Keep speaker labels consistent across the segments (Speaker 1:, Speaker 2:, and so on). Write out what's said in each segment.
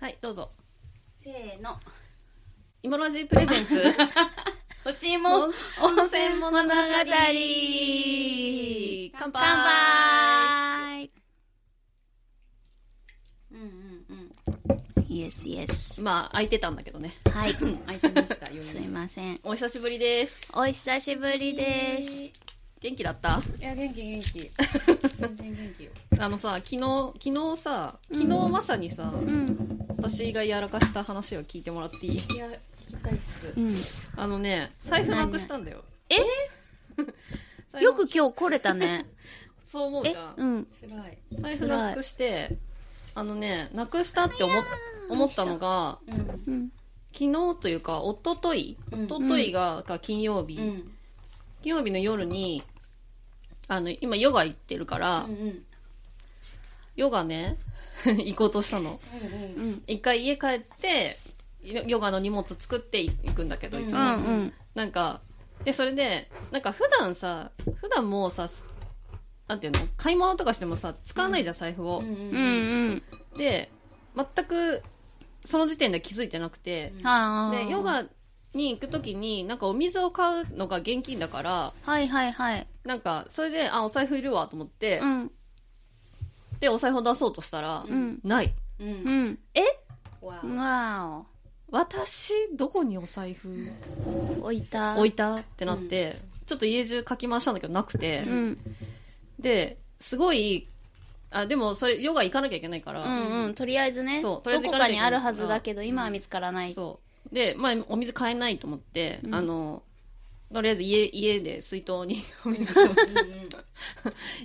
Speaker 1: はいどうぞ
Speaker 2: せーの
Speaker 1: イモロジープレゼンツ
Speaker 2: 欲しいも
Speaker 1: 温
Speaker 2: ん
Speaker 1: 泉物語乾杯
Speaker 2: 乾杯うんうんうんイエスイエス
Speaker 1: まあ空いてたんだけどね
Speaker 2: はい
Speaker 3: 開いてましたよ
Speaker 2: すいません
Speaker 1: お久しぶりです
Speaker 2: お久しぶりです
Speaker 3: い
Speaker 1: 元気だった
Speaker 3: や元気元気全然元気よ
Speaker 1: あのさ昨日昨日さ昨日まさにさ、
Speaker 2: うん
Speaker 1: 私がやらかした話を聞いてもらっていい
Speaker 3: いや聞きたいっす
Speaker 2: うん
Speaker 1: あのね財布なくしたんだよ
Speaker 2: え
Speaker 1: 財布
Speaker 2: よく今日来れたね
Speaker 1: そう思う
Speaker 2: え
Speaker 1: じゃん
Speaker 2: うん
Speaker 3: 辛い
Speaker 1: 財布なくしてあのねなくしたって思っ思ったのが
Speaker 3: うん
Speaker 2: うん
Speaker 1: 昨日というか一昨日
Speaker 3: うん
Speaker 1: 一昨日がが金曜日、
Speaker 3: うん
Speaker 1: 金曜日の夜にあの今ヨガ行ってるから、
Speaker 3: うんうん
Speaker 1: ヨガね 行こうとしたの
Speaker 3: うん
Speaker 2: うん
Speaker 1: 一回家帰ってヨヨガの荷物作ってい行くんだけどいつ
Speaker 2: う
Speaker 1: も、
Speaker 2: んうん
Speaker 1: なんかでそれでなんか普段さ普段もうさなんていうの買い物とかしてもさ使わないじゃん、財布を、
Speaker 3: うんうん
Speaker 2: う
Speaker 3: うん
Speaker 2: ん
Speaker 1: で全くその時点で気づいてなくて、
Speaker 2: うんあー
Speaker 1: でヨガに行く時になんかお水を買うのが現金だから
Speaker 2: はいはいはい
Speaker 1: なんかそれであお財布いるわと思って、
Speaker 2: うん
Speaker 1: でお財布を出そうとしたら、
Speaker 2: うん
Speaker 1: ない
Speaker 3: うん
Speaker 2: うん
Speaker 3: わあ
Speaker 2: わ
Speaker 1: 私どこにお財布
Speaker 2: お置いた
Speaker 1: 置いたってなって、ちょっと家中かき回したんだけどなくて、
Speaker 2: うん
Speaker 1: ですごいあでもそれヨガ行かなきゃいけないか
Speaker 2: う
Speaker 1: ら、
Speaker 2: んうんとりあえずね
Speaker 1: そうと
Speaker 2: ど
Speaker 1: りあえず行
Speaker 2: こ
Speaker 1: かなきゃ
Speaker 2: か
Speaker 1: いけ
Speaker 2: に
Speaker 1: ない
Speaker 2: あるはずだけど今は見つからない
Speaker 1: そうで、まあ、お水買えないと思って、
Speaker 2: うん
Speaker 1: あのとりあえず家家で水筒に お水
Speaker 3: うんうん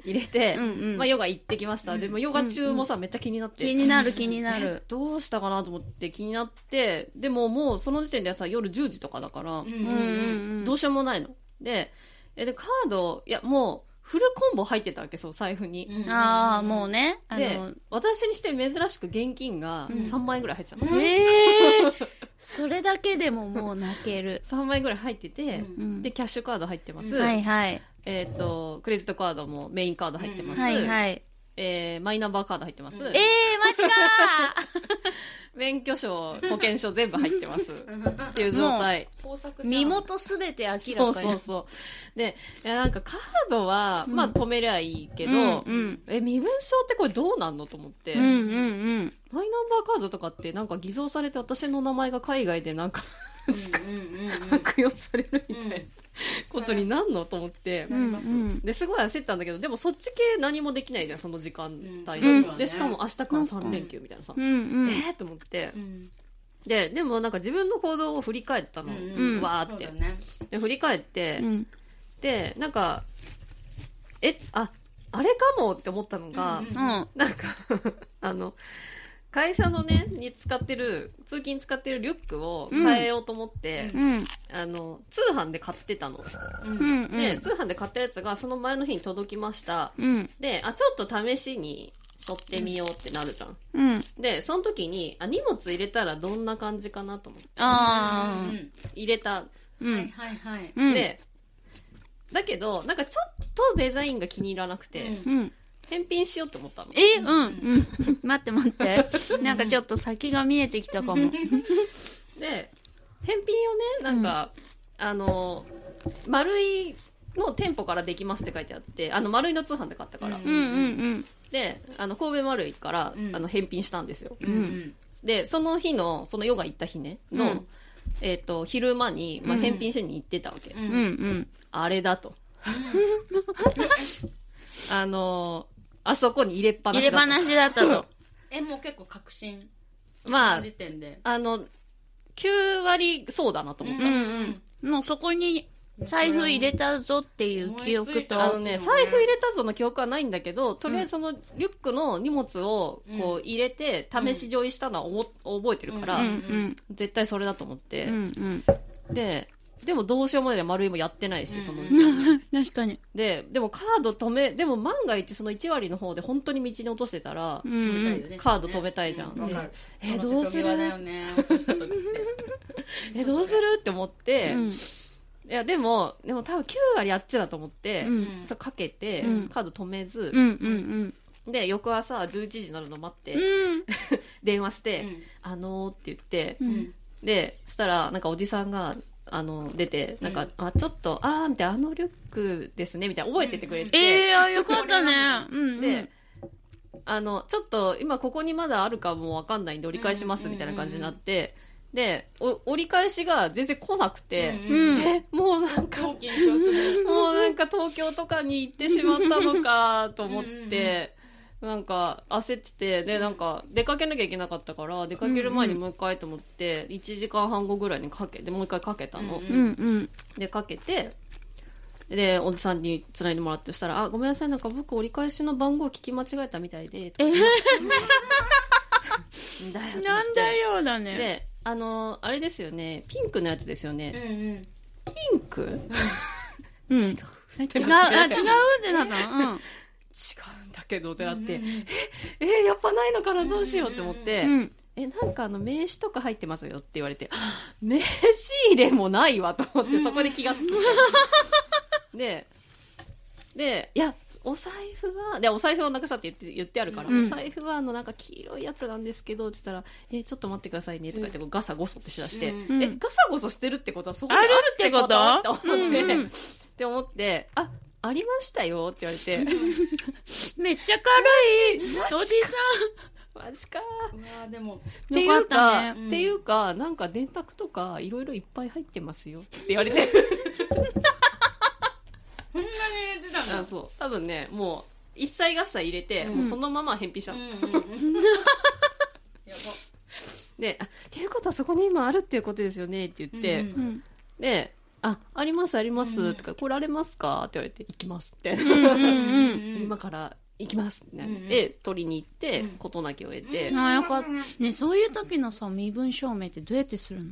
Speaker 1: 入れて、
Speaker 2: うんうん
Speaker 1: まあ、ヨガ行ってきました、でもヨガ中もさ、めっちゃ気になって
Speaker 2: 気になる気になる
Speaker 1: どうしたかなと思って気になってでももうその時点でさ夜10時とかだから、
Speaker 3: うん
Speaker 2: うん
Speaker 3: う
Speaker 2: う
Speaker 3: ん
Speaker 2: んうん
Speaker 1: どうしようもないのでえでカードいやもうフルコンボ入ってたわけそう財布に、
Speaker 3: うん
Speaker 2: ああもうねあ
Speaker 1: で
Speaker 2: の
Speaker 1: 私にして珍しく現金が
Speaker 2: うん
Speaker 1: 3枚ぐらい入ってたの、
Speaker 2: ええ それだけでももう泣ける
Speaker 1: 3枚ぐらい入ってて、
Speaker 3: うん
Speaker 2: うん
Speaker 1: でキャッシュカード入ってます、
Speaker 2: はいはい
Speaker 1: えーっとクレジットカードもメインカード入ってます、
Speaker 2: はいはい
Speaker 1: えーマイナンバーカード入ってます、
Speaker 3: うん
Speaker 2: ええマジか
Speaker 1: 免許証保険証全部入ってます っていう状態
Speaker 3: 工作
Speaker 2: ー
Speaker 3: じゃん
Speaker 2: 身元すべて明らかに
Speaker 1: そうそうそうでいやなんかカードは、まあ止めりゃいいけど、
Speaker 2: うんうん
Speaker 1: え身分証ってこれどうなんのと思って、
Speaker 2: うんうんうん
Speaker 1: マイナンバーカードとかってなんか偽造されて私の名前が海外でなんか
Speaker 3: うんうんうん
Speaker 1: 悪用されるみたいな
Speaker 3: うん
Speaker 1: ことになんのと思って、
Speaker 2: うんうん
Speaker 1: ですごい焦ったんだけどでもそっち系何もできないじゃんその時間帯だと、
Speaker 2: うん
Speaker 3: うん
Speaker 1: でしかも明日から3連休みたいなさ、
Speaker 2: うんうん
Speaker 1: えーと思って
Speaker 3: うん
Speaker 1: ででもなんか自分の行動を振り返ったの、
Speaker 3: うん
Speaker 2: うん
Speaker 1: わー
Speaker 3: そ
Speaker 1: っ
Speaker 3: う
Speaker 1: て
Speaker 3: だ、ね
Speaker 1: で振り返って、
Speaker 2: うん
Speaker 1: でなんかえああれかもって思ったのが、
Speaker 3: うんうん
Speaker 2: うん
Speaker 1: なんか あの会社のねに使ってる通勤に使ってるリュックを変えようと思って、
Speaker 2: うん
Speaker 1: あの通販で買ってたの、
Speaker 3: うん
Speaker 2: う
Speaker 3: うん
Speaker 2: ん
Speaker 1: で通販で買ったやつがその前の日に届きました
Speaker 2: うん
Speaker 1: であちょっと試しに沿ってみようってなるじゃん、
Speaker 2: うん
Speaker 1: でその時にあ荷物入れたらどんな感じかなと思って
Speaker 2: ああ
Speaker 1: 入れた、
Speaker 2: う
Speaker 3: はい
Speaker 2: ん
Speaker 3: はいはい
Speaker 2: うん
Speaker 1: でだけどなんかちょっとデザインが気に入らなくて、
Speaker 3: うん
Speaker 2: うん
Speaker 1: 返品しようと思ったの
Speaker 2: えうんうん待って待ってなんかちょっと先が見えてきたか
Speaker 1: で
Speaker 2: も
Speaker 1: 返品をねなんか、あの丸いの店舗からできますって書いてあってあの丸いの通販で買ったから、
Speaker 3: うん
Speaker 2: うんうん
Speaker 1: であの神戸丸いから、
Speaker 3: うん
Speaker 1: あの返品したんですよ
Speaker 3: うんうん
Speaker 1: でその日のそのヨガ行った日ねの、
Speaker 3: うん
Speaker 1: えっと昼間に、まあ、返品しに行ってたわけ、
Speaker 2: うんうんうん
Speaker 1: あれだと あのあそこに入れっぱな
Speaker 2: 入
Speaker 1: し
Speaker 2: れ
Speaker 1: だと
Speaker 2: 話だったと
Speaker 3: えもう結構確信
Speaker 1: ま
Speaker 3: の
Speaker 1: あ
Speaker 3: 時点で
Speaker 1: あの9割そうだなと思った、
Speaker 2: うんうんもうそこに財布入れたぞっていう記憶と
Speaker 1: あ
Speaker 3: 思
Speaker 1: の
Speaker 3: い
Speaker 1: ね、
Speaker 3: 大きいのね
Speaker 1: 財布入れたぞの記憶はないんだけど、とりあえずそのリュックの荷物をこう入れて、試し乗りしたのはおも覚えてるから、
Speaker 2: うんうん
Speaker 1: 絶対それだと思って
Speaker 2: う、ん
Speaker 1: で、でもどうしようもないで丸いもやってないし、そのうち、
Speaker 2: うん確かに
Speaker 1: で、でもカード止め、でも万が一その1割の方で本当に道に落としてたら、
Speaker 2: うんうん
Speaker 1: カード止めたいじゃん
Speaker 3: わかる
Speaker 1: でえ
Speaker 3: その
Speaker 1: どうする
Speaker 3: 瀬戸際だよね落とした時って
Speaker 1: え、どうするって思って、
Speaker 2: うん
Speaker 1: いや、でも、でも多分9割あっちだと思って、
Speaker 2: うん
Speaker 1: そうかけて、
Speaker 2: うん
Speaker 1: カード止めず
Speaker 2: う、んうん
Speaker 1: で、翌朝11時になるの待って、
Speaker 2: うん
Speaker 1: 電話して「
Speaker 3: うん
Speaker 1: あのー」って言って、
Speaker 2: う
Speaker 3: うんん
Speaker 1: でしたらなんかおじさんがあの出てなんか、
Speaker 3: うん
Speaker 1: あちょっとああみたいなあのリュックですねみたいな覚えててくれて、
Speaker 2: ええあよかったね。うん。
Speaker 1: で、あのちょっと今ここにまだあるかもわかんないんで折り返しますみたいな感じになって、でお折り返しが全然来なくて、
Speaker 2: うん
Speaker 1: えもうなんか
Speaker 3: 超緊張する
Speaker 1: もうなんか東京とかに行ってしまったのかと思って。なんか焦っててでなんか出かけなきゃいけなかったから出かける前にもう一回と思って1時間半後ぐらいにかけてもう一回かけたの、
Speaker 3: うん
Speaker 2: うん、うん
Speaker 1: でかけてでおじさんにつないでもらってそしたら「あごめんなさいなんか僕折り返しの番号聞き間違えたみたいで」とか言って
Speaker 2: う。
Speaker 1: なんん
Speaker 2: なん
Speaker 1: だ
Speaker 2: だ
Speaker 1: よ
Speaker 2: ようだね。
Speaker 1: であのあれですよねピンクのやつですよ
Speaker 3: う
Speaker 1: ね、
Speaker 3: んうん
Speaker 1: ピンク
Speaker 2: うん、違う。違う、あ、違うってなったの。
Speaker 1: 違うんだけどってなって、
Speaker 3: うんうん
Speaker 1: えーやっぱないのかなどうしようって思って、
Speaker 2: うん。うん。
Speaker 1: えなんかあの名刺とか入ってますよって言われて はっ名刺入れもないわと思ってそこで気がつく、ででいやお財布はでお財布をなくしたって言って言ってあるから、
Speaker 2: うん
Speaker 1: お財布はあのなんか黄色いやつなんですけどって言ったら「えちょっと待ってくださいね」とか言ってこうガサゴソってしだして「
Speaker 3: うん
Speaker 1: えガサゴソしてるってことはそこに
Speaker 2: あ
Speaker 1: あ
Speaker 2: る
Speaker 1: る
Speaker 2: っ
Speaker 1: ってて
Speaker 2: こ
Speaker 1: ことと?」と思って、
Speaker 2: うんうん
Speaker 1: って思って「あありましたよ」って言われて
Speaker 2: めっちゃ軽い。おじ
Speaker 1: 「マジかー」
Speaker 3: うわーでも
Speaker 1: っていう
Speaker 2: よか
Speaker 1: か、
Speaker 2: った
Speaker 3: ね
Speaker 1: っていうか、なんか電卓とかいろいろいっぱい入ってますよって言われて、
Speaker 3: こんなに入れてたんだ
Speaker 1: あそう、多分ね、もう一切合切入れて、
Speaker 3: うん
Speaker 1: もうそのまま返品しちゃう。
Speaker 3: うんうんうんや
Speaker 1: で、あっていうことはそこに今あるっていうことですよねって言って、
Speaker 3: うんうん
Speaker 2: さん。うん。
Speaker 1: で、あ、ありますありま
Speaker 3: うんう
Speaker 1: す
Speaker 3: ん
Speaker 1: とか、来られますかって言われて、行きますって。
Speaker 2: うんう
Speaker 3: ばうんうん
Speaker 2: ん
Speaker 3: う ん
Speaker 1: 今から行きますってなって、
Speaker 3: うんうん
Speaker 1: で取りに行って
Speaker 3: うん、
Speaker 1: 事なきを得て、
Speaker 2: うん。あ、よかった。ね、そういう時のさ、身分証明ってどうやってするの
Speaker 1: い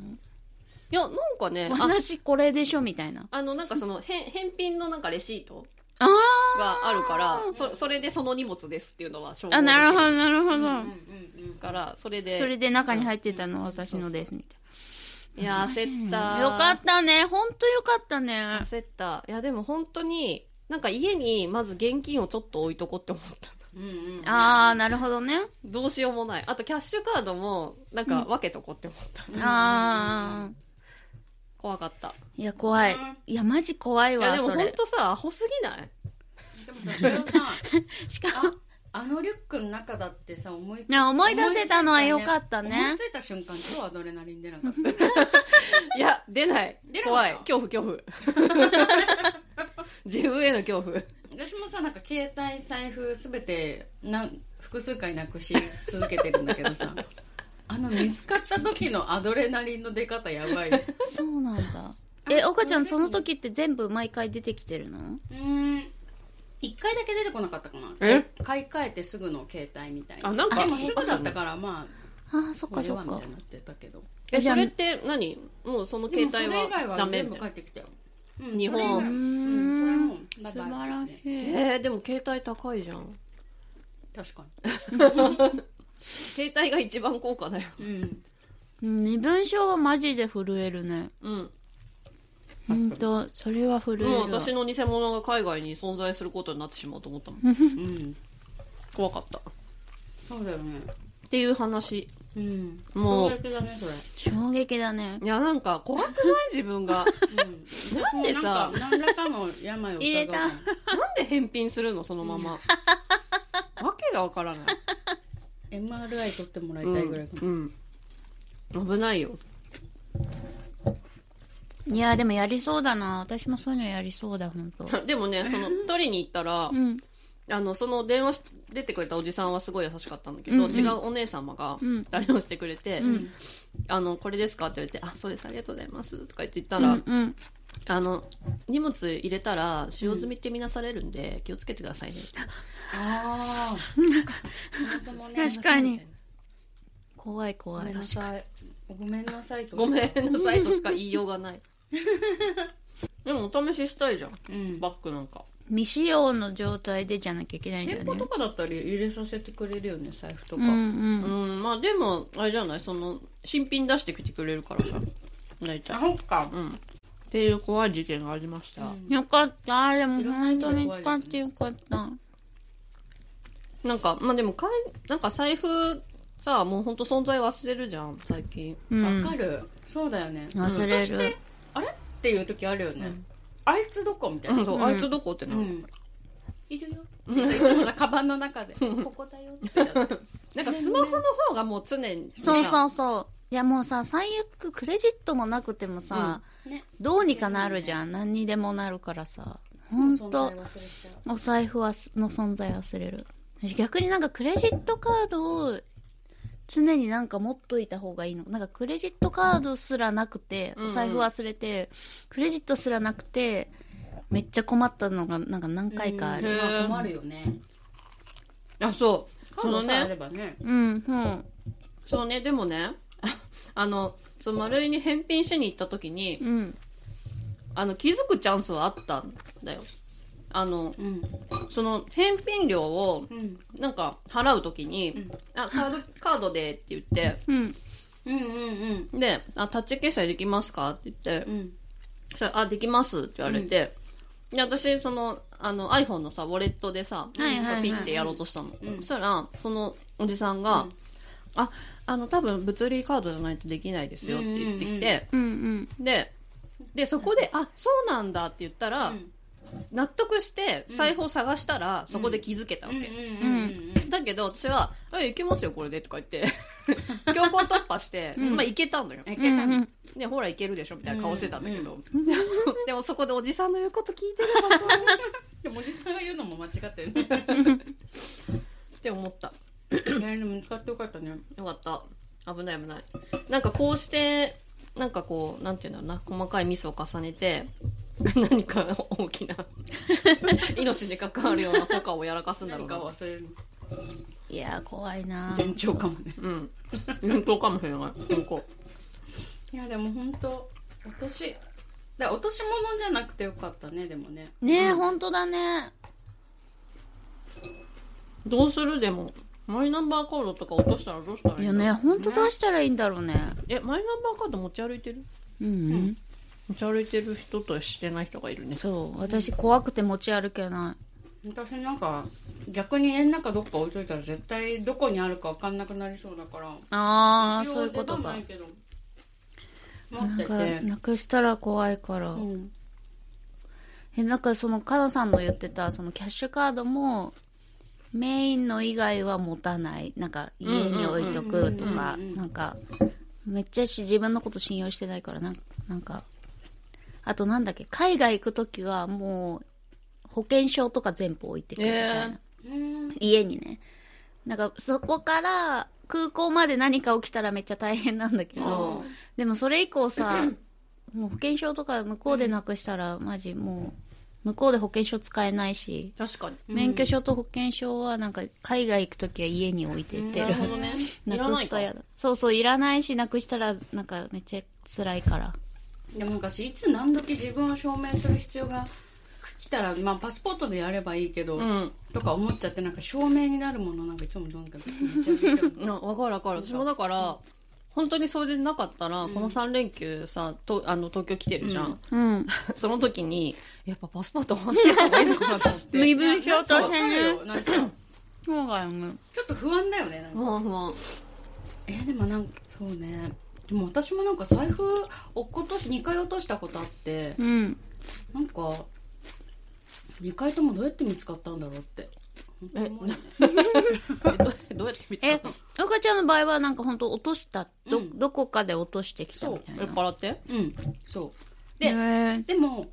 Speaker 1: や、なんかね、あ
Speaker 2: 私これでしょみたいな。
Speaker 1: あの、なんかその、返返品のなんかレシート
Speaker 2: ああ
Speaker 1: があるから、そそれでその荷物ですっていうのは証明
Speaker 2: あ、なる
Speaker 1: でき
Speaker 2: ほど、なるほ
Speaker 3: うん
Speaker 2: ど。
Speaker 3: うんうん
Speaker 1: からそれで
Speaker 2: それで中に入ってたの私のです、みたい
Speaker 1: いや焦った
Speaker 2: な。よかったね。ほんとよかったね。
Speaker 1: 焦ったいやでも本当になんか家にまず現金をちょっと置いとこうって思った
Speaker 3: うんうん
Speaker 2: ああ、なるほどね。
Speaker 1: どうしようもないあとキャッシュカードもなんか分けとこうって思った、
Speaker 2: ああ。
Speaker 1: 怖かった
Speaker 2: いや、怖い。いや、マジ怖い
Speaker 1: いや
Speaker 2: わ、
Speaker 1: でも
Speaker 2: そ
Speaker 1: 本
Speaker 2: れ。
Speaker 1: 当さアホすぎない
Speaker 3: でもさそれをさ
Speaker 2: しかも、
Speaker 3: あのリュックの中だってさ思い
Speaker 2: ね、思い出せたのはよかった
Speaker 3: 思
Speaker 2: ね
Speaker 3: い。ついた瞬間超アドレナリン出なかった
Speaker 1: いや出ない
Speaker 3: 出なかった
Speaker 1: 怖い恐怖恐怖自分への恐怖
Speaker 3: 私もさなんか携帯財布すべてなん複数回なくし続けてるんだけど さあの見つかった時のアドレナリンの出方やばいよ
Speaker 2: そうなんだ。え、
Speaker 3: あ
Speaker 2: 岡ちゃん、そ
Speaker 3: そうですね
Speaker 2: の時って全部毎回出てきてるの
Speaker 3: うーん一回だけ出てこなかったかな
Speaker 1: え
Speaker 3: 買い替えてすぐの携帯みたいな
Speaker 1: あなんか
Speaker 3: でもすぐだったからま
Speaker 2: ああ、そ
Speaker 3: あ
Speaker 2: っ
Speaker 3: こ
Speaker 2: か
Speaker 3: れ
Speaker 2: そ
Speaker 3: は
Speaker 2: っ
Speaker 3: みた
Speaker 2: か
Speaker 3: い。になってたけど
Speaker 1: え
Speaker 2: じゃあ
Speaker 1: それって何もうその携
Speaker 3: で
Speaker 1: 帯
Speaker 3: もそれ以外
Speaker 1: は
Speaker 3: は
Speaker 1: ダメみたい
Speaker 3: 全部帰
Speaker 1: な
Speaker 3: ってきたようん
Speaker 1: 日本
Speaker 3: それ以外
Speaker 2: うー
Speaker 3: うん
Speaker 2: ん、
Speaker 3: そ
Speaker 2: 素
Speaker 3: れはもう
Speaker 2: 晴らしい。
Speaker 1: えー、でも携帯高いじゃん
Speaker 3: 確か
Speaker 1: 携帯が一番高価だよ
Speaker 3: にうん
Speaker 2: うん身分証はマジで震えるね。
Speaker 1: うん
Speaker 2: ほんと、それは震え
Speaker 1: もう
Speaker 2: るわ。
Speaker 1: 私の偽物が海外に存在することになってしまうと思ったもん
Speaker 3: うん
Speaker 1: 怖かったっ
Speaker 3: そうだよね
Speaker 1: ていう話
Speaker 3: うん
Speaker 1: もう
Speaker 3: 衝撃だねそれ
Speaker 2: 衝撃だね。
Speaker 1: いやなんか怖くない 自分が
Speaker 3: うん
Speaker 1: なんでさ
Speaker 3: もうなんか何らかの病を
Speaker 2: 入
Speaker 3: 疑
Speaker 2: れ
Speaker 3: う
Speaker 2: た
Speaker 3: かも
Speaker 1: なんで返品するのそのままわけがわからない
Speaker 3: MRI 取ってもらい
Speaker 1: うん
Speaker 3: たいぐらいかも、
Speaker 1: うん危ないよ
Speaker 2: いや、でもやりそうだな。私もそういうのやりそうだ、ほん と。
Speaker 1: でもねその取りに行ったら
Speaker 2: うん。
Speaker 1: あのその電話し出てくれたおじさんはすごい優しかったんだけど、
Speaker 2: うんうん
Speaker 1: 違うお姉様が
Speaker 2: うん
Speaker 1: 対応してくれて、
Speaker 2: うん
Speaker 1: あの「これですか?」って言われて「あそうですありがとうございます」とか言って言った
Speaker 2: う
Speaker 1: ら、
Speaker 2: んうん。
Speaker 1: あの荷物入れたら使用済みってみなされるんで、気をつけてくださいね
Speaker 3: ああ
Speaker 2: 確かに怖い
Speaker 3: ご
Speaker 2: 怖
Speaker 3: め
Speaker 2: い
Speaker 3: んな。さいごめんなさいと
Speaker 1: ごめんなさいとしか言いようがないでもお試ししたいじゃん
Speaker 3: うん
Speaker 1: バッグなんか
Speaker 2: 未使用の状態でじゃなきゃいけないんだよ
Speaker 3: 店舗
Speaker 2: ね
Speaker 3: と。かだったら入れさせてくれるよね財布と
Speaker 2: う
Speaker 3: か、
Speaker 2: ん
Speaker 1: う
Speaker 2: うん。
Speaker 1: んまあでもあれじゃないその新品出してきてくれるからさ大体
Speaker 3: あそっか
Speaker 1: うんっていう怖い事件がありました、
Speaker 2: よかった。でも本当に使ってよかった。
Speaker 1: なんかまあでもかいなんか財布さあもうほんと存在忘れるじゃん最近
Speaker 2: うん
Speaker 3: わかるそうだよね
Speaker 2: 忘れ
Speaker 3: ふとして
Speaker 2: る
Speaker 3: あれっていう時あるよね、あいつどこみたいな、
Speaker 1: そうあいつどこってなる、
Speaker 3: うんいるよいつもさカバンの中でここだよってやって
Speaker 1: なんかスマホの方がもう常に
Speaker 2: そう
Speaker 1: う
Speaker 2: そうそういやもうさ最悪クレジットもなくてもさ、
Speaker 3: ね
Speaker 2: どうにかなるじゃん何にでもなるからさ 本
Speaker 3: そ
Speaker 2: 当
Speaker 3: う存在忘れちゃう
Speaker 2: お財布はすの存在忘れる逆になんかクレジットカードを常になんか持っといた方がいいのなんかクレジットカードすらなくて、
Speaker 1: ん
Speaker 2: お財布忘れてクレジットすらなくてめっちゃ困ったのがなんか何回かある
Speaker 1: へ
Speaker 3: ま
Speaker 1: ー
Speaker 3: あ困るよね
Speaker 1: あそう
Speaker 3: カ
Speaker 1: そ
Speaker 3: ー
Speaker 1: の
Speaker 3: ドさえあれ
Speaker 1: ね
Speaker 3: ばね
Speaker 2: うんうん
Speaker 1: そうねでもね あのその丸井に返品しに行った時に
Speaker 2: うん
Speaker 1: あの気づくチャンスはあったんだよあの
Speaker 3: うん
Speaker 1: その返品料を
Speaker 3: うん
Speaker 1: なんか払う時に「
Speaker 3: ん
Speaker 1: あカードカードで」って言って
Speaker 2: うん
Speaker 3: うんうん
Speaker 1: であ「タッチ決済できますか?」って言って
Speaker 3: うんうん
Speaker 1: それあ、できますって言われて、で、私、その、あの、iPhone のさ、ウォレットでさ、
Speaker 2: はいはいはい
Speaker 1: ピンってやろうとしたの。
Speaker 3: うん
Speaker 1: そしたら、そのおじさんが、あ、あの、多分物理カードじゃないとできないですよって言ってきて、
Speaker 2: うんうん
Speaker 1: で、で、そこで、あ、そうなんだって言ったら、
Speaker 3: ん
Speaker 1: 納得して、財布を探したら、そこで気づけたわ
Speaker 3: うん
Speaker 1: け。
Speaker 3: うんうんうん
Speaker 1: だけど、私は、あ、いけますよ、これで、とか言って、 強行突破して、まあ、いけたのよ。
Speaker 3: いけ
Speaker 2: うん
Speaker 3: た
Speaker 2: う
Speaker 3: の
Speaker 2: ん
Speaker 1: ね、ほらいけるでしょみたいな顔してたんだけど、でもでもそこでおじさんの言うこと聞いてるのか なっ
Speaker 3: でもおじさんが言うのも間違ってるね
Speaker 1: て思った
Speaker 3: ねでも使ってよかったね
Speaker 1: よかった危ない危ないなんかこうしてなんかこうなんていうんだろうな細かいミスを重ねて 何か大きな 命に関わるような効果をやらかすんだろ
Speaker 3: 何
Speaker 1: う
Speaker 3: か
Speaker 1: な
Speaker 3: 忘れる
Speaker 2: いやー怖いな
Speaker 3: の前兆かもね
Speaker 1: うん本当かもしれない本当
Speaker 3: いやでも本当落としだから落とし物じゃなくてよかったねでもね
Speaker 2: ねえ本当だね
Speaker 1: どうするでもマイナンバーカードとか落としたらどうしたらい
Speaker 2: い
Speaker 1: い
Speaker 2: や
Speaker 1: んだろう
Speaker 2: ね本当どうしたらいいんだろうね
Speaker 1: えマイナンバーカード持ち歩いてる
Speaker 2: うん、
Speaker 1: 持ち歩いてる人としてない人がいるね
Speaker 2: そう私怖くて持ち歩けない
Speaker 3: 私なんか逆に家の中どっか置いといたら絶対どこにあるか分かんなくなりそうだから
Speaker 2: ああ
Speaker 3: 必
Speaker 2: そうい
Speaker 3: 要
Speaker 2: うこと
Speaker 3: では
Speaker 2: か
Speaker 3: ないけど持
Speaker 2: な
Speaker 3: っ
Speaker 2: ん
Speaker 3: て
Speaker 2: か
Speaker 3: て
Speaker 2: なくしたら怖いから、
Speaker 3: うん
Speaker 2: えなんかそのかなさんの言ってたそのキャッシュカードもメインの以外は持たないなんか家に置いとくとか
Speaker 3: うんうんうんうん
Speaker 2: なんかめっちゃし自分のこと信用してないからなんなんかあとなんだっけ海外行く時はもう保険証とか全部置いてくるみたいな、
Speaker 1: え
Speaker 3: うん
Speaker 2: 家にねなんかそこから空港まで何か起きたらめっちゃ大変なんだけど、
Speaker 1: うん
Speaker 2: でもそれ以降さもう保険証とか向こうでなくしたらマジもう向こうで保険証使えないし、
Speaker 1: 確かに
Speaker 2: 免許証と保険証はなんか海外行く時は家に置いてって
Speaker 1: な
Speaker 2: る
Speaker 1: るほどねい
Speaker 2: な
Speaker 1: ら
Speaker 2: く
Speaker 1: な
Speaker 2: す
Speaker 1: い
Speaker 2: と
Speaker 1: か
Speaker 2: やだそうそういらないしなくしたらなんかめっちゃ辛いから
Speaker 3: でも昔いつ何時自分を証明する必要が来たらまあパスポートでやればいいけど、
Speaker 1: うん
Speaker 3: とか思っちゃってなんか証明になるものなんかいつもどんどんめちゃめちゃ
Speaker 1: な分かる分かる私もだから本当にそれでなかったら、この3連休さとあの東京来てるじゃん、
Speaker 2: うん
Speaker 1: その時にやっぱパスポート持ってた方がいいのかなと思って
Speaker 2: 身分証と
Speaker 3: わかるよなんか
Speaker 2: そうだよね
Speaker 3: ちょっと不安だよねなんか
Speaker 1: まあまあ
Speaker 3: えーでもなんかそうねでも私もなんか財布落っことし2回落としたことあって
Speaker 2: うん
Speaker 3: なんか2回ともどうやって見つかったんだろうって本当に思うよね
Speaker 1: えどどうやって見つか
Speaker 2: え
Speaker 1: ったの
Speaker 2: 赤ちゃんの場合はなんか本当落としたど,、
Speaker 3: うん
Speaker 2: どこかで落としてきたみたい
Speaker 1: 酔
Speaker 2: な
Speaker 1: っ払って
Speaker 3: うんそう
Speaker 2: へ
Speaker 3: で
Speaker 2: ー
Speaker 3: でも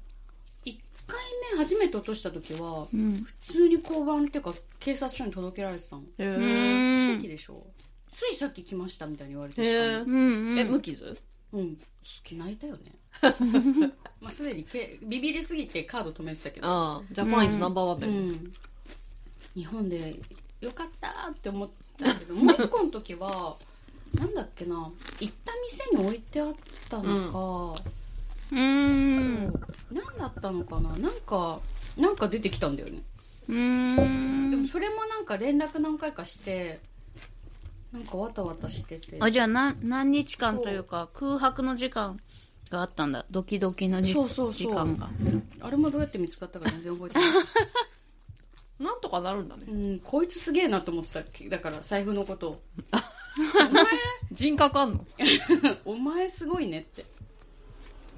Speaker 3: 1回目初めて落とした時は
Speaker 2: うん
Speaker 3: 普通に交番っていうか警察署に届けられてたの
Speaker 1: へえ
Speaker 2: う
Speaker 3: 奇
Speaker 2: ん
Speaker 3: 跡でしょついさっき来ましたみたいに言われてし
Speaker 1: へ
Speaker 3: か
Speaker 1: ー
Speaker 2: うんうん
Speaker 1: え無傷
Speaker 3: もうん好き泣いたよ ねまあすでにけビビりすぎてカード止めてたけど
Speaker 1: ああジャパンイズナンバーワンだよ、
Speaker 3: うん、日本でよかったって思ったけどもう一個の時はなんだっけな行った店に置いてあったのか、
Speaker 2: うん
Speaker 3: 何だったのかななんかなんか出てきたんだよね、
Speaker 2: う
Speaker 3: でも
Speaker 2: ん
Speaker 3: それもなんか連絡何回かしてなんかわたわたしてて
Speaker 2: あじゃあな何日間というか空白の時間があったんだドキドキのじ
Speaker 3: そうそうそ
Speaker 2: 時
Speaker 3: う
Speaker 2: 間が
Speaker 3: あれもどうやって見つかったか全然覚えて ない、
Speaker 1: なんとかなるんだね
Speaker 3: うん、こいつすげえなと思ってただから財布のことを
Speaker 1: 人格あんの
Speaker 3: お前すごいねって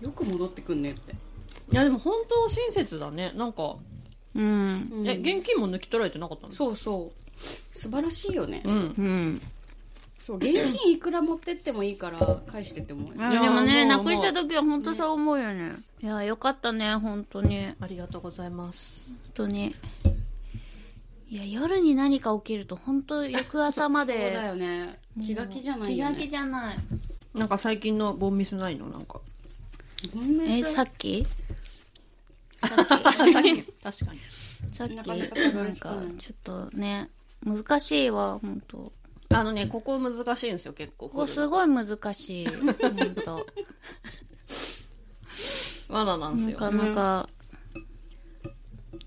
Speaker 3: よく戻ってくんねって、
Speaker 1: いやでも本当親切だねなんか、
Speaker 2: うん。
Speaker 3: うん
Speaker 1: え現金も抜き取られてなかったの
Speaker 3: そうそう素晴らしいよね、
Speaker 1: うん
Speaker 2: うん。
Speaker 3: そう現金いくら持ってってもいいから返してっても
Speaker 1: いや
Speaker 2: でもね、な
Speaker 1: もう
Speaker 2: くした時は本当そう思うよね。いや、よかったね、本当に。本
Speaker 1: ありがとうございます
Speaker 2: 当に。いや、夜に何か起きると本当翌朝ま
Speaker 3: そうだ
Speaker 2: で。
Speaker 3: よね気が気じゃないよ
Speaker 2: 気が気
Speaker 3: ね
Speaker 2: じゃない。
Speaker 1: なんか最近のボンミスないのなんか
Speaker 3: ほんまに
Speaker 2: え、
Speaker 3: そう
Speaker 2: さっき
Speaker 1: 確かに確かに
Speaker 2: さっき、な
Speaker 3: なんか
Speaker 2: か
Speaker 3: なかたどり着
Speaker 2: ち
Speaker 3: かない
Speaker 2: ょっとね、難しいわ、本当
Speaker 1: あのねここ難しいんですよ結構
Speaker 2: ここすごい難 しい。本当
Speaker 1: 罠なんです
Speaker 2: な
Speaker 1: よ
Speaker 2: かなか、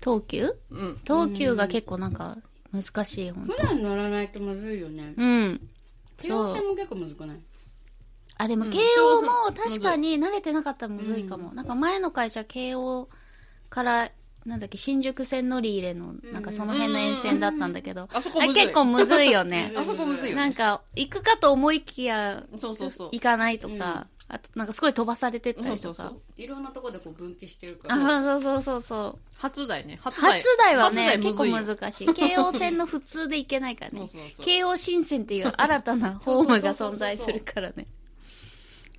Speaker 2: 東急
Speaker 1: うん
Speaker 2: 東急が結構なんか難しい、ほんと
Speaker 3: 普段乗らないとむずいよね
Speaker 2: うん。
Speaker 3: 京王線も結構むずくない
Speaker 2: あ、でも慶応も確かに慣れてなかったらむずいかも。なんか前の会社慶応から、なんだっけ、新宿線乗り入れの、なんかその辺の沿線だったんだけど、
Speaker 1: あそこ
Speaker 2: あ
Speaker 1: むずい
Speaker 2: 結構むずいよね。
Speaker 1: あそこ むずいよね
Speaker 2: なんか、行くかと思いきや、
Speaker 1: そうそうそう
Speaker 2: 行かないとか、あとなんかすごい飛ばされてったりと
Speaker 1: そ
Speaker 2: か。
Speaker 1: うそうそう
Speaker 3: いろんなとこでこう分岐してるから
Speaker 2: あそうそうそうそう。
Speaker 1: 初台ね初台
Speaker 2: 初台はね、
Speaker 1: 初
Speaker 2: 結構
Speaker 1: むずいよ
Speaker 2: 難しい。京王線の普通で行けないからね
Speaker 1: そうそうそ。う
Speaker 2: 京王新線っていう新たなホームが存在するからね。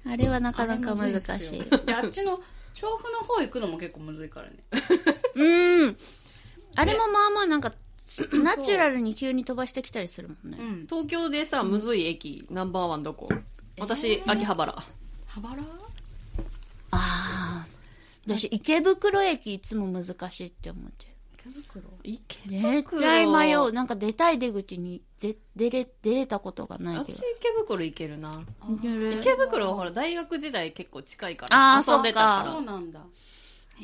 Speaker 2: あれはなかなか難しい。
Speaker 3: であっちの調布の方行くのも結構むずいからね
Speaker 2: うん。あれもまあまあなんか、 ナチュラルに急に飛ばしてきたりするもんね。
Speaker 3: ん
Speaker 1: 東京でさむずい駅ナンバーワンどこ私、秋葉原
Speaker 3: 羽原
Speaker 2: ああ。私、池袋駅いつも難しいって思ってる。
Speaker 3: 池袋
Speaker 1: 池
Speaker 2: 絶
Speaker 1: 袋
Speaker 2: 対迷う。なんか出たい出口にぜ出れ、出れたことがないけ
Speaker 1: 私
Speaker 2: ど。
Speaker 1: 池袋行けるな
Speaker 2: 行ける
Speaker 1: 池袋はほら大学時代結構近いか
Speaker 2: あ
Speaker 1: ら
Speaker 2: ー
Speaker 1: 遊んでた
Speaker 2: あ
Speaker 1: か
Speaker 3: そうなんだ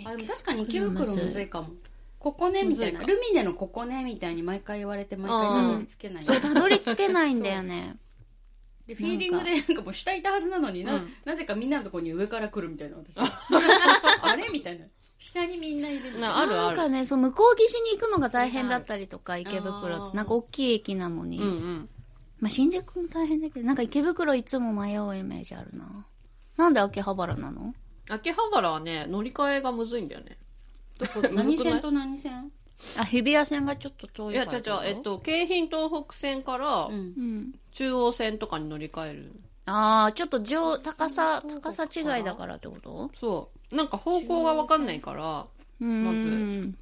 Speaker 3: あでも確かに池袋むずいかもここね
Speaker 1: む
Speaker 3: み
Speaker 1: ず
Speaker 3: た
Speaker 1: い
Speaker 3: い
Speaker 1: か
Speaker 3: なルミネのここねみたいに毎回言われて毎回たどり着けない
Speaker 2: そう、たどり着けないんだ よね。
Speaker 3: でフィーリングでなんかもう下いたはずなのにな,、
Speaker 1: うん
Speaker 3: なぜかみんなのとこに上から来るみたいな私あれみたいな下にみんないるみた
Speaker 1: ら
Speaker 3: いな
Speaker 1: なある
Speaker 2: なん
Speaker 1: あ
Speaker 2: か
Speaker 1: る
Speaker 2: ね、そう、向こう岸に行くのが大変だったりとか、池袋っ
Speaker 3: あ
Speaker 2: て。
Speaker 3: ー
Speaker 2: なんか大きい駅なのに。
Speaker 1: うんうん
Speaker 2: まあ、新宿も大変だけど、なんか池袋いつも迷うイメージあるな。なんで秋葉原なの
Speaker 1: 秋葉原はね乗り換えがむずいんだよね
Speaker 3: どこ何線と何線
Speaker 2: あ、日比谷線がちょっと遠
Speaker 1: い
Speaker 2: いか
Speaker 1: や
Speaker 2: ら
Speaker 1: 違う違
Speaker 2: こ
Speaker 1: うえっと京浜東北線から
Speaker 3: うん
Speaker 2: うん。
Speaker 1: 中央線とかに乗り換える
Speaker 2: ああ、ちょっと上、高さ、高さ違いだからってこと
Speaker 1: そうなんか方向が分かんないから
Speaker 2: うーん。
Speaker 1: まず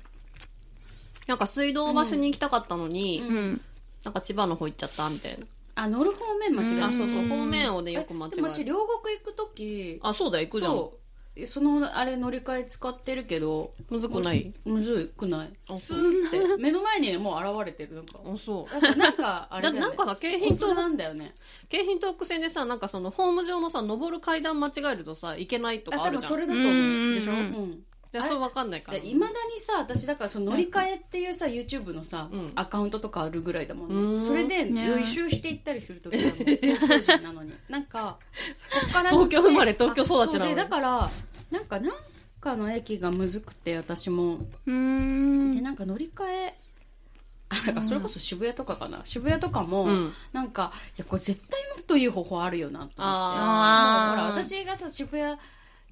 Speaker 1: なんか水道橋に行きたかったのに、
Speaker 2: うん。
Speaker 1: なんか千葉の方行っちゃったみたいな、
Speaker 3: あ乗る方面間違えた
Speaker 1: あそうそう方面をね
Speaker 3: え
Speaker 1: よく間違
Speaker 3: でも
Speaker 1: え
Speaker 3: 私
Speaker 1: る
Speaker 3: 両国行く時
Speaker 1: あそうだ行くじゃん
Speaker 3: そうそのあれ乗り換え使ってるけど
Speaker 1: むずくない
Speaker 3: むずくない
Speaker 1: あそう
Speaker 3: スンって目の前にもう現れてるなんか
Speaker 1: あそう
Speaker 3: なんかなんかあれ
Speaker 1: だ
Speaker 3: じゃな
Speaker 1: ない んかさ京浜
Speaker 3: コツ
Speaker 1: 東
Speaker 3: なんだよね
Speaker 1: 京浜東北線でさなんかそのホーム上のさ登る階段間違えるとさ行けないと
Speaker 3: あ
Speaker 1: かあ
Speaker 3: 多
Speaker 1: る
Speaker 3: 分
Speaker 1: じゃん
Speaker 3: それだ
Speaker 2: う
Speaker 3: と思う
Speaker 1: でしょ
Speaker 2: ん
Speaker 3: うん
Speaker 1: でそう分かんないから
Speaker 3: いまだにさ私だからその乗り換えっていうさ YouTube のさ、
Speaker 1: うん
Speaker 3: アカウントとかあるぐらいだも
Speaker 1: うんん
Speaker 3: ねそれで
Speaker 2: ね
Speaker 3: 予習していったりする時はもう東京人なのになんかこっから
Speaker 1: 東京生まれ東京育ちなの
Speaker 3: あ
Speaker 1: に
Speaker 3: そうでだからなんかなんかの駅がむずくて私も
Speaker 2: うー
Speaker 3: で
Speaker 2: ん。
Speaker 3: なんか乗り換えあなんかそれこそ渋谷とかかな渋谷とかも、
Speaker 1: うん
Speaker 3: なんかいやこれ絶対もっといい方法あるよなと思って
Speaker 1: あ
Speaker 2: ー
Speaker 3: もうほら私がさ渋谷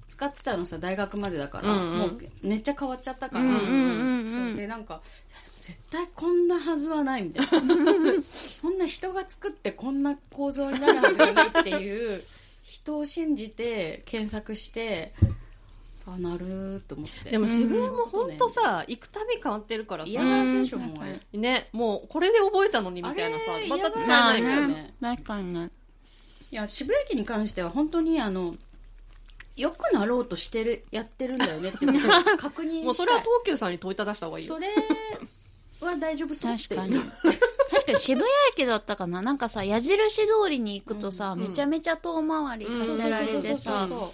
Speaker 3: 使ってたのさ大学までだから、
Speaker 1: うんうん
Speaker 3: もうめっちゃ変わっちゃったか
Speaker 2: う
Speaker 3: ら、
Speaker 2: んうんうんうん
Speaker 3: そうでなんかいやでも絶対こんなはずはないみたい なこんな人が作ってこんな構造になるはずがないっていう人を信じて検索してあなると思って
Speaker 1: でも渋谷もほんとさ、行くたび変わってるから
Speaker 3: 嫌
Speaker 1: さ
Speaker 3: がらせでしょもうあれ
Speaker 1: ねもうこれで覚えたのにみたいなさ
Speaker 3: あれ
Speaker 1: また使え
Speaker 2: まあ
Speaker 1: ないからね
Speaker 2: ね。確かにね。
Speaker 3: いや渋谷駅に関しては本当にあの良くなろうとしてるやってるんだよ ねっていうことを確認したい
Speaker 1: もうそれは東急さんに問いただした方がいいよ
Speaker 3: それは大丈夫そうって
Speaker 2: 確かに。確かに渋谷駅だったかななんかさ、矢印通りに行くとさ、めちゃめちゃ遠回りさ
Speaker 3: そうそう
Speaker 2: せら
Speaker 3: そ
Speaker 2: れ
Speaker 3: うそ
Speaker 2: て
Speaker 3: うそ
Speaker 2: さ
Speaker 3: う、そ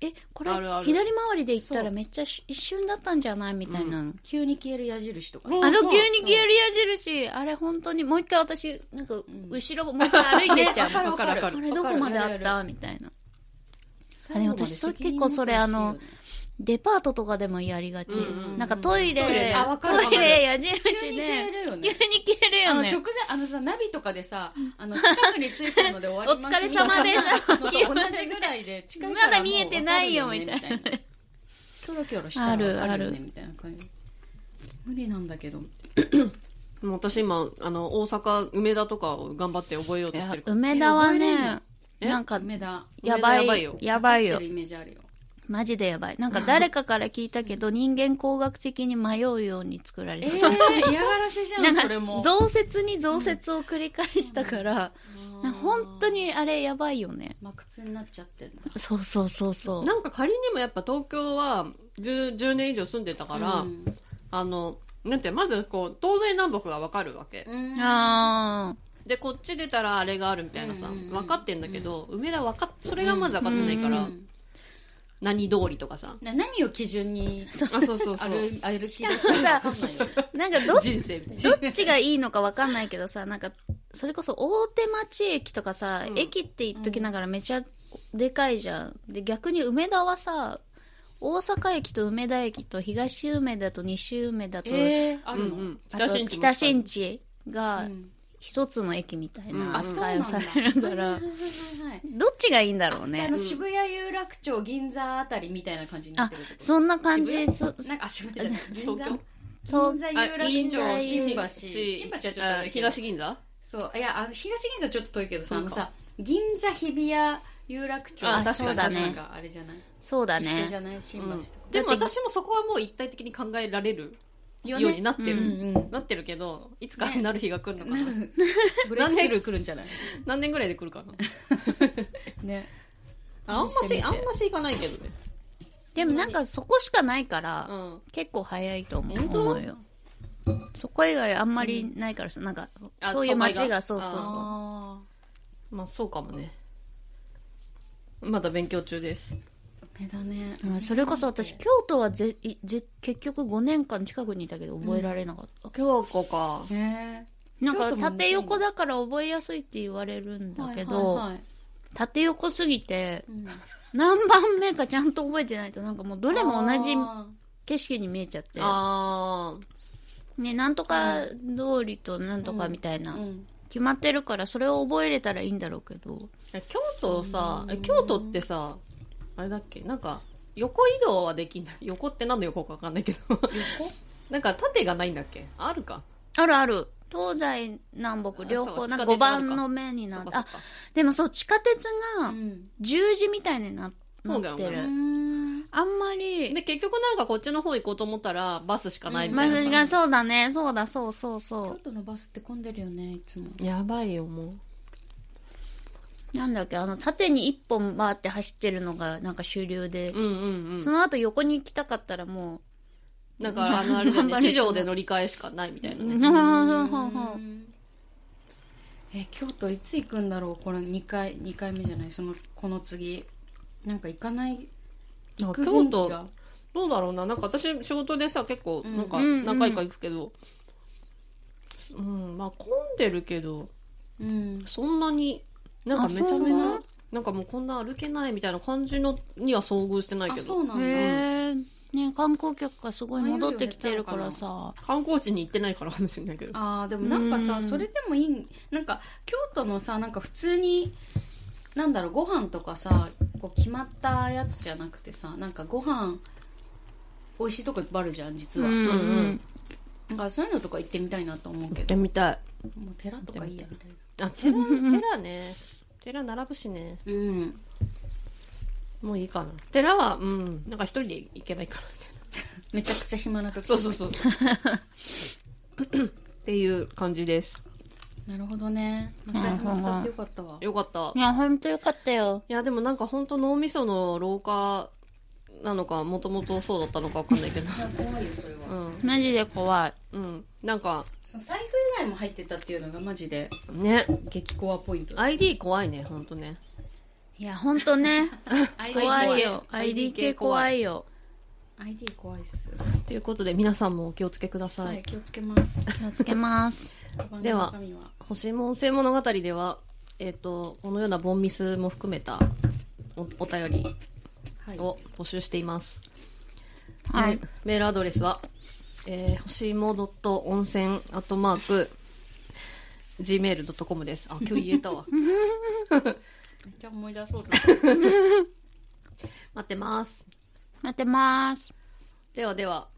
Speaker 2: えこれ
Speaker 1: あるある
Speaker 2: 左回りで行ったらめっちゃし一瞬だったんじゃないみたいな、
Speaker 3: う急に消える矢印とかね
Speaker 1: うん
Speaker 2: あ
Speaker 1: そ
Speaker 2: の
Speaker 1: う
Speaker 2: 急に消える矢印あれ本当にもう一回私なんか後ろもう一回歩いてっちゃう、
Speaker 3: ねわかるわか
Speaker 1: わ
Speaker 3: る
Speaker 2: あれどこまであ
Speaker 3: わ
Speaker 2: っ
Speaker 3: かるやるやる
Speaker 2: たみたいなあでも私それ結構それあのデパートとかでもやりがち、
Speaker 1: うんうんうん
Speaker 2: なんかトイレ
Speaker 3: トイレあわかるわかる
Speaker 2: トイレ矢印で
Speaker 3: 急に消えるよ
Speaker 2: 急
Speaker 3: ね
Speaker 2: に消える
Speaker 3: あ
Speaker 2: よ
Speaker 3: の
Speaker 2: ね
Speaker 3: 直前あのさナビとかでさあの近くに着いたので終わりま す
Speaker 2: お疲れ様で した
Speaker 3: みたいなのと同じぐらいで近いから
Speaker 2: まだ見えてないよ
Speaker 3: もう分かる
Speaker 2: みたいな
Speaker 3: キョロキョロしたらわか
Speaker 2: あ
Speaker 3: る
Speaker 2: る
Speaker 3: よ
Speaker 2: あ
Speaker 3: ね
Speaker 2: る
Speaker 3: みたいな感じ無理なんだけど
Speaker 1: もう私今あの大阪梅田とかを頑張って覚えようとしてるから
Speaker 2: 梅田は
Speaker 3: え覚
Speaker 2: ね
Speaker 1: えれんのえ
Speaker 2: なんか
Speaker 3: 梅田
Speaker 2: やば
Speaker 1: 梅田やばい
Speaker 2: い
Speaker 1: よ
Speaker 2: やばい
Speaker 3: 立っ
Speaker 2: よ
Speaker 3: てるイメージあるよ
Speaker 2: マジでやばいなんか誰かから聞いたけど人間工学的に迷うように作られ
Speaker 3: え
Speaker 2: てる、
Speaker 3: ー、嫌がらせじゃん
Speaker 2: な
Speaker 3: そ
Speaker 2: ん
Speaker 3: れ
Speaker 2: か
Speaker 3: も
Speaker 2: 増設に増設を繰り返したから、なんか本当にあれやばいよね
Speaker 3: まあ苦痛になっちゃってんだ
Speaker 2: そうそうそうそう
Speaker 1: なんか仮にもやっぱ東京は 10, 10年以上住んでたから、
Speaker 3: うん
Speaker 1: あのなんてまずこう東西南北が分かるわけ、
Speaker 3: うん
Speaker 2: あ
Speaker 1: でこっち出たらあれがあるみたいなさ、
Speaker 3: うんうんうん
Speaker 1: 分かってんだけど、梅田分かっそれがまず分かってないから、
Speaker 3: うん
Speaker 1: 何通りとかさ
Speaker 3: な何を基準に
Speaker 1: あそうそうそう
Speaker 3: 歩歩き出すか分かんないよ
Speaker 2: あなんかどっ
Speaker 1: 人生みたいな
Speaker 2: どっちがいいのかわかんないけどさなんかそれこそ大手町駅とかさ、
Speaker 1: うん
Speaker 2: 駅って言っときながらめちゃでかいじゃんで逆に梅田はさ大阪駅と梅田駅と東梅田と西梅田と、
Speaker 3: えー、あ
Speaker 1: うんう
Speaker 3: るの、
Speaker 1: ん、
Speaker 2: あと
Speaker 1: 地も
Speaker 2: 北新地が
Speaker 3: うん
Speaker 2: 一つの駅みたい
Speaker 1: うん
Speaker 2: な
Speaker 3: あそう
Speaker 2: 扱
Speaker 3: ないん
Speaker 2: を
Speaker 3: だ
Speaker 2: されるから、
Speaker 3: はいはいはいはい
Speaker 2: どっちがいいんだろう
Speaker 3: あ
Speaker 2: ね
Speaker 3: の渋谷有楽町銀座あたりみたいな感じになっ
Speaker 2: あ
Speaker 3: てるってこと
Speaker 2: そんな感じそ
Speaker 3: 渋谷なんかあ渋谷じゃない銀
Speaker 1: 東
Speaker 3: 座
Speaker 1: 京
Speaker 2: そう
Speaker 1: あ
Speaker 3: 銀座有楽町
Speaker 1: 銀座
Speaker 3: 新橋
Speaker 1: し
Speaker 3: 新橋はちょっとあ
Speaker 1: あ
Speaker 3: れだけど
Speaker 1: 東銀座
Speaker 3: そういやあの東銀座ちょっと遠いけどさあ
Speaker 1: そう
Speaker 3: の
Speaker 1: か
Speaker 3: さ銀座日比谷有楽町
Speaker 1: あ
Speaker 3: あ
Speaker 1: 確
Speaker 2: かに
Speaker 3: そうだね
Speaker 2: 確
Speaker 1: か
Speaker 3: あれじゃない
Speaker 2: そうだ
Speaker 3: 一緒じゃ
Speaker 2: ね
Speaker 3: ない新橋
Speaker 1: う
Speaker 3: と
Speaker 1: ん
Speaker 3: か、
Speaker 1: でも私もそこはもう一体的に考えられるよ
Speaker 3: よ
Speaker 1: う
Speaker 3: ね
Speaker 1: になってる、
Speaker 3: うんうん
Speaker 1: なってるけどいつかなる日が来るのかな、
Speaker 3: ブレイクスルー来るんじゃない
Speaker 1: 何年ぐらいで来るか な
Speaker 3: ね
Speaker 1: あんま
Speaker 3: 試して
Speaker 1: し
Speaker 3: みて
Speaker 1: あんまし行かないけどね
Speaker 2: でもなんかそこしかないから、
Speaker 1: うん
Speaker 2: 結構早いと思う
Speaker 1: 本当
Speaker 2: 思うよそこ以外あんまりないからさ、なんか
Speaker 1: あ
Speaker 2: そういう街が
Speaker 1: 都
Speaker 2: そう
Speaker 1: 会が
Speaker 2: そうそ
Speaker 3: あ
Speaker 1: まあそうかもねまだ勉強中です
Speaker 3: あ梅田ね
Speaker 2: う、うんそれこそ私京都はぜいぜ結局5年間近くにいたけど覚えられなかった、
Speaker 1: 京子か
Speaker 3: へえ
Speaker 2: なんか縦横だから覚えやすいって言われるんだけど、
Speaker 3: はいはいはい
Speaker 2: 縦横すぎて
Speaker 3: うん
Speaker 2: 何番目かちゃんと覚えてないとなんかもうどれも同じ
Speaker 3: あ
Speaker 2: 景色に見えちゃって
Speaker 1: あ
Speaker 2: ねなんとか通りとなんとかみたいな、
Speaker 3: ーうん
Speaker 2: 決まってるからそれを覚えれたらいいんだろうけど
Speaker 1: あ京都さえ京都ってさあれだっけなんか横移動はできんだ 横って何の横かわかんないけど なんか縦がないんだっけあるか
Speaker 2: あるある東西南北両
Speaker 1: そ
Speaker 2: 方
Speaker 1: う
Speaker 2: なんか
Speaker 1: 地下
Speaker 2: 5
Speaker 1: 鉄あるか
Speaker 2: 番の目になって
Speaker 1: そっ
Speaker 2: あ
Speaker 1: かそっか
Speaker 2: でもそう地下鉄が
Speaker 3: うん
Speaker 2: 十字みたいになな
Speaker 1: そう
Speaker 2: っ
Speaker 1: だよ
Speaker 2: て
Speaker 1: ね
Speaker 2: る、
Speaker 3: うん
Speaker 2: あんまり
Speaker 1: で結局なんかこっちの方行こうと思ったらバスしかないみた
Speaker 2: ま
Speaker 1: い
Speaker 2: あ
Speaker 1: なさ、
Speaker 2: がそうだねそうだそうそうそ
Speaker 3: 京
Speaker 2: う
Speaker 3: 都のバスって混んでるよねいつも
Speaker 1: やばいよもう
Speaker 2: なんだっけあの縦に一本バーって走ってるのがなんか主流で、
Speaker 1: うんうんうん
Speaker 2: その後横に行きたかったらも
Speaker 1: だからあのあ れだよね
Speaker 2: 頑張れ
Speaker 1: 市場で乗り換えしかないみたいな
Speaker 2: う、う
Speaker 1: ね、
Speaker 2: ん、うんうんうん
Speaker 3: え京都いつ行くんだろうこれ2回二回目じゃないそのこの次なんか行かない行く
Speaker 1: 京
Speaker 3: 雰囲気
Speaker 1: 都
Speaker 3: が
Speaker 1: どうだろうななんか私仕事でさ結構なんか
Speaker 2: うんうんうん
Speaker 1: 何回か行くけどうん、まあ混んでるけど
Speaker 3: うん
Speaker 1: そんなになんか
Speaker 2: あ
Speaker 1: めちゃ
Speaker 2: そ
Speaker 1: め
Speaker 2: う
Speaker 1: ち
Speaker 2: な
Speaker 1: ゃ
Speaker 2: の
Speaker 1: なんかもうこんな歩けないみたいな感じのには遭遇してない
Speaker 3: あ
Speaker 1: け
Speaker 3: そう
Speaker 1: ど
Speaker 3: なんだ
Speaker 2: へえ、ね、観光客がすごい戻ってきてるからさ
Speaker 1: 観光地に行ってないからかもしれないけど
Speaker 3: あーでもなんかさ
Speaker 2: うん
Speaker 3: それでもいいなんか京都のさなんか普通になんだろうご飯とかさこう決まったやつじゃなくてさなんかご飯美味しいとこいっぱいあるじゃん実は、
Speaker 2: うんうん
Speaker 3: なんかそういうのとか行ってみたいなと思うけ
Speaker 1: 行っ
Speaker 3: ど
Speaker 1: てみたい
Speaker 3: もう寺とかいいやみたいな
Speaker 1: あ 寺寺ね寺並ぶしね
Speaker 3: うん
Speaker 1: もういいかな寺はうんなんか一人で行けばいいかなみたいな
Speaker 3: めちゃくちゃ暇な時
Speaker 1: そうそうそうそう っていう感じです
Speaker 3: なるほどね財布使ってよかったわ
Speaker 1: よかった
Speaker 2: いや本当よかったよ
Speaker 1: いやでもなんか本当脳みその老化なのかもともとそうだったのかわかんないけ ど
Speaker 3: 怖いよそれは
Speaker 1: うん
Speaker 2: マジで怖い
Speaker 1: うんなんか
Speaker 3: その財布以外も入ってたっていうのがマジで
Speaker 1: ね
Speaker 3: 激コアポイント
Speaker 1: ID 怖いね本当ね
Speaker 2: いや本当ね怖い
Speaker 3: ID
Speaker 2: よ ID 系怖いよ
Speaker 3: ID 怖いっす
Speaker 1: ということで皆さんもお気をつけくださ、
Speaker 3: はいい気をつ けます
Speaker 2: 気をつけます
Speaker 1: では
Speaker 3: カバンの中身は
Speaker 1: 欲しいもん性物語ではえっ、とこのようなボンミスも含めたおお便り
Speaker 3: はい
Speaker 1: を募集しています、
Speaker 2: はい。
Speaker 1: メールアドレスは、えー、ほしいも .onsen.gmail.com です。あ、今日言えたわ。
Speaker 3: めっちゃ思い出そうと思って
Speaker 1: 待ってます。
Speaker 2: 待ってます。
Speaker 1: ではでは、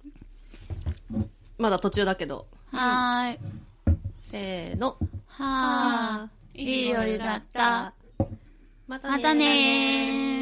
Speaker 1: まだ途中だけど、
Speaker 2: はーい。
Speaker 1: せーの。
Speaker 2: はーい。いいお湯だった。
Speaker 1: また
Speaker 2: またねー。